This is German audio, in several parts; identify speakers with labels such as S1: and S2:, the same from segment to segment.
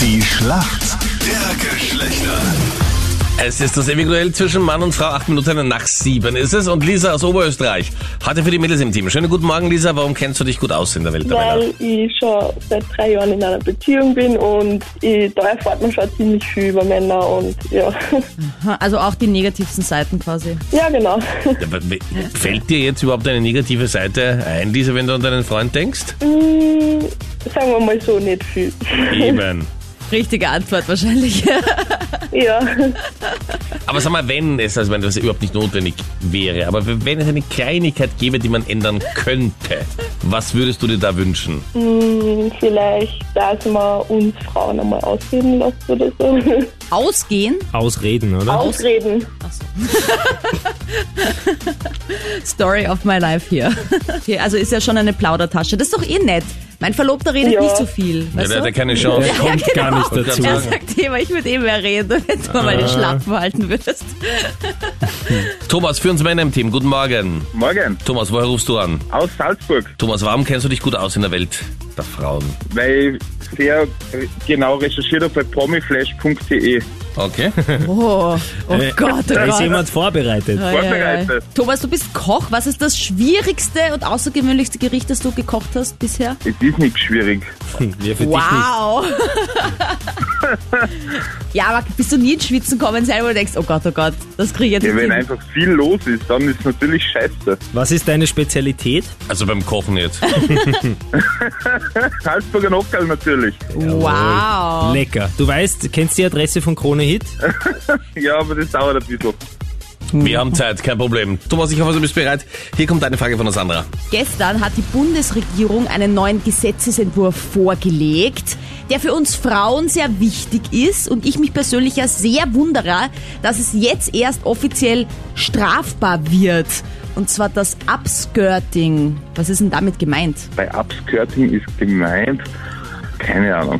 S1: Die Schlacht der Geschlechter.
S2: Es ist das ewige Duell zwischen Mann und Frau. Acht Minuten nach sieben ist es. Und Lisa aus Oberösterreich hatte für die Mädels im Team. Schönen guten Morgen, Lisa. Warum kennst du dich gut aus in der Welt der Männer?
S3: Weil ich schon seit drei Jahren in einer Beziehung bin und ich, da erfährt man schon ziemlich viel über Männer und ja.
S4: Also auch die negativsten Seiten quasi.
S3: Ja, genau.
S2: Ja, aber we- Fällt dir jetzt überhaupt eine negative Seite ein, Lisa, wenn du an deinen Freund denkst?
S3: Hm, sagen wir mal so, nicht viel.
S2: Eben.
S4: Richtige Antwort wahrscheinlich.
S3: Ja,
S2: Aber sag mal, wenn es, also wenn das überhaupt nicht notwendig wäre, aber wenn es eine Kleinigkeit gäbe, die man ändern könnte, was würdest du dir da wünschen?
S3: hm, vielleicht, dass man uns Frauen einmal ausreden lässt oder so.
S4: Ausgehen?
S5: Ausreden, oder?
S3: Ausreden.
S4: Story of my life hier. Okay, also ist ja schon eine Plaudertasche. Das ist doch eh nett. Mein Verlobter redet
S3: Ja.
S4: nicht so viel.
S2: Ja,
S4: Weißt
S2: der hat
S4: du?
S2: ja keine Chance.
S5: Der kommt gar nicht
S2: Wollte
S5: dazu.
S2: gerade
S4: er
S2: sagen.
S4: sagt immer, ich würde eh mehr reden, wenn du
S2: Ah.
S4: mal den Schlappen halten würdest.
S2: Thomas, für uns Männer im Team, guten Morgen.
S6: Morgen,
S2: Thomas, woher rufst du an?
S6: aus Salzburg,
S2: Thomas, warum kennst du dich gut aus in der Welt der Frauen?
S6: weil ich sehr re- genau recherchiert habe bei promiflash.de.
S2: Okay.
S4: Oh, oh
S5: Äh,
S4: Gott, oh
S5: Da ist
S4: Gott.
S5: jemand vorbereitet.
S4: Ei, ei, ei.
S6: vorbereitet.
S4: Thomas, du bist Koch. Was ist das schwierigste und außergewöhnlichste Gericht, das du gekocht hast bisher?
S6: Es ist nicht schwierig.
S5: Ja, für
S4: Wow! ja, aber bist du nie ins Schwitzen kommen selber und denkst, oh Gott, oh Gott, das kriege ich jetzt
S6: Ja,
S4: nicht
S6: wenn
S4: hin.
S6: einfach viel los ist, dann ist es natürlich scheiße.
S5: dich nicht. Was ist deine Spezialität?
S2: Also beim Kochen jetzt.
S6: Salzburger Nockerl natürlich.
S4: Wow!
S5: Lecker. Du weißt, kennst die Adresse von Krone Hit?
S6: Ja, aber das dauert ein bisschen.
S2: Wir haben Zeit, kein Problem. Thomas, ich hoffe, du bist bereit. Hier kommt eine Frage von der Sandra.
S4: Gestern hat die Bundesregierung einen neuen Gesetzesentwurf vorgelegt, der für uns Frauen sehr wichtig ist und ich mich persönlich ja sehr wundere, dass es jetzt erst offiziell strafbar wird. Und zwar das Upskirting. Was ist denn damit gemeint?
S6: Bei Upskirting ist gemeint, keine Ahnung.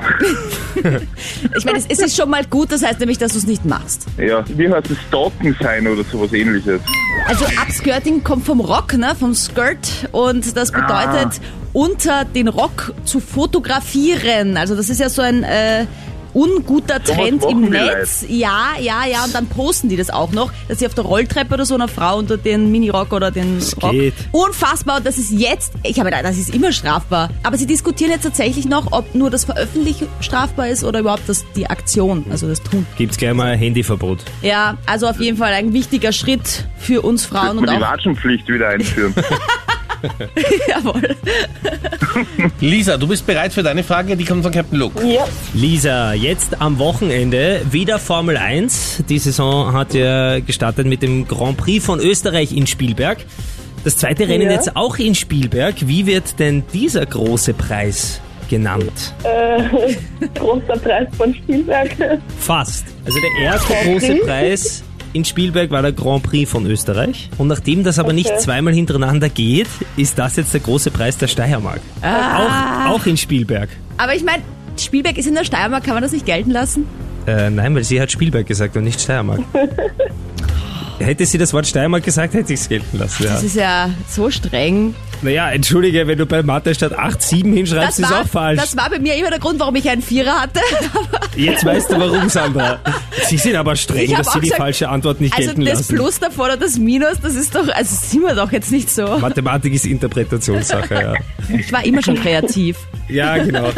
S4: Ich meine, es, es ist schon mal gut, das heißt nämlich, dass du es nicht machst.
S6: Ja, wie heißt es, Stalken sein oder sowas ähnliches.
S4: Also Upskirting kommt vom Rock, ne? vom Skirt und
S6: Ah.
S4: das bedeutet unter den Rock zu fotografieren. Also das ist ja so ein äh, unguter
S6: Sowas
S4: Trend
S6: machen
S4: im
S6: die halt.
S4: Netz. Ja, ja, ja und dann posten die das auch noch, dass sie auf der Rolltreppe oder so einer Frau unter den Minirock oder den Rock.
S5: geht.
S4: Unfassbar, und das ist jetzt, ich habe gedacht, das ist immer strafbar, aber sie diskutieren jetzt tatsächlich noch, ob nur das Veröffentlichen strafbar ist oder überhaupt das, die Aktion, also das Tun.
S5: Gibt's gleich mal ein Handyverbot.
S4: Ja, also auf jeden Fall ein wichtiger Schritt für uns Frauen
S6: Müssen
S4: und
S6: wir die
S4: auch
S6: Watschenpflicht wieder einführen.
S4: Jawohl.
S2: Lisa, du bist bereit für deine Frage, die kommt von Captain Luke.
S3: Ja,
S5: Lisa, jetzt am Wochenende wieder Formel 1. Die Saison hat ja gestartet mit dem Grand Prix von Österreich in Spielberg. Das zweite Rennen
S3: Ja.
S5: jetzt auch in Spielberg. Wie wird denn dieser große Preis genannt?
S3: äh, großer Preis von Spielberg.
S5: Fast. Also der erste
S3: Prix?
S5: große Preis in Spielberg war der Grand Prix von Österreich. Und nachdem das aber nicht zweimal hintereinander geht, ist das jetzt der große Preis der Steiermark.
S4: Ah.
S5: Auch, auch in Spielberg.
S4: Aber ich meine, Spielberg ist in der Steiermark, kann man das nicht gelten lassen?
S5: Äh, nein, weil sie hat Spielberg gesagt und nicht Steiermark. Hätte sie das Wort Steiermark gesagt, hätte ich es gelten lassen. Ja.
S4: Das ist ja so streng.
S5: Naja, entschuldige, wenn du bei Mathe statt 8,7 hinschreibst, ist auch falsch.
S4: das war bei mir immer der Grund, warum ich einen Vierer hatte.
S5: Jetzt weißt du warum, Sandra. Sie sind aber streng,
S4: Ich hab
S5: dass sie
S4: auch
S5: die
S4: gesagt,
S5: falsche Antwort nicht
S4: Also
S5: gelten
S4: das
S5: lassen.
S4: Plus davor oder das Minus, das ist doch, also sind wir doch jetzt nicht so.
S5: Mathematik ist Interpretationssache, ja.
S4: Ich war immer schon kreativ.
S5: Ja, genau.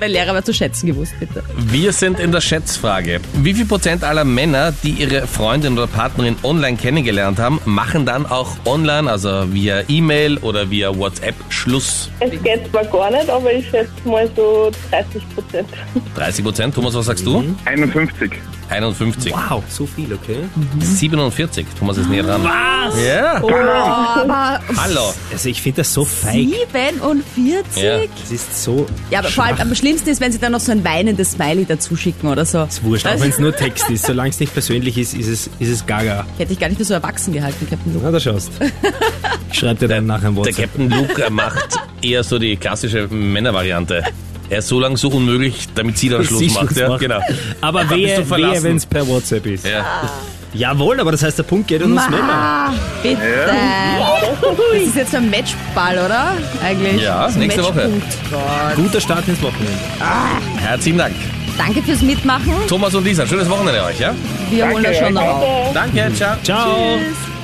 S4: Mein Lehrer war zu schätzen gewusst, bitte.
S2: Wir sind in der Schätzfrage. Wie viel Prozent aller Männer, die ihre Freundin oder Partnerin online kennengelernt haben, machen dann auch online, also via E-Mail oder via WhatsApp, Schluss?
S3: Es geht zwar gar nicht, aber ich schätze mal so 30 Prozent.
S2: 30 Prozent? Thomas, was sagst
S6: Mhm.
S2: du?
S6: 51.
S2: 51.
S5: Wow, so viel, okay.
S2: 47. Thomas ist näher dran. Was? Ja.
S4: Oh, aber
S2: Hallo.
S5: Also ich finde das so feig.
S4: 47?
S2: Ja.
S5: Das ist so
S4: Ja, aber vor
S5: schwach.
S4: allem am schlimmsten ist, wenn sie dann noch so ein weinendes Smiley dazu schicken oder so.
S5: Ist wurscht, auch
S4: Das-
S5: wenn es nur Text ist. Solange es nicht persönlich ist, ist es, ist es gaga.
S4: Hätte ich gar nicht für so erwachsen gehalten, Captain Luke.
S5: Na, da schaust. Ich schreib dir dann nachher ein
S2: Der
S5: WhatsApp.
S2: Captain Luke äh, macht eher so die klassische Männervariante. Er ist so lange so unmöglich, damit sie dann Schluss
S5: Sie
S2: macht.
S5: Schluss
S2: ja,
S5: macht.
S2: genau.
S5: Aber
S2: bist du
S5: wehe,
S2: verlassen.
S5: wehe wenn es per WhatsApp ist.
S2: Ja.
S5: Jawohl, aber das heißt, der Punkt geht an uns Männer.
S4: Ma, bitte. Das ist jetzt so ein Matchball, oder? Eigentlich.
S2: Ja,
S4: So ein
S2: nächste Woche.
S4: Matchpunkt.
S5: Guter Start ins Wochenende.
S2: Herzlichen Dank.
S4: Danke fürs Mitmachen.
S2: Thomas und Lisa, schönes Wochenende euch, ja?
S4: Wir holen das schon noch auf.
S2: Danke, ciao.
S5: Ciao.
S4: Tschüss.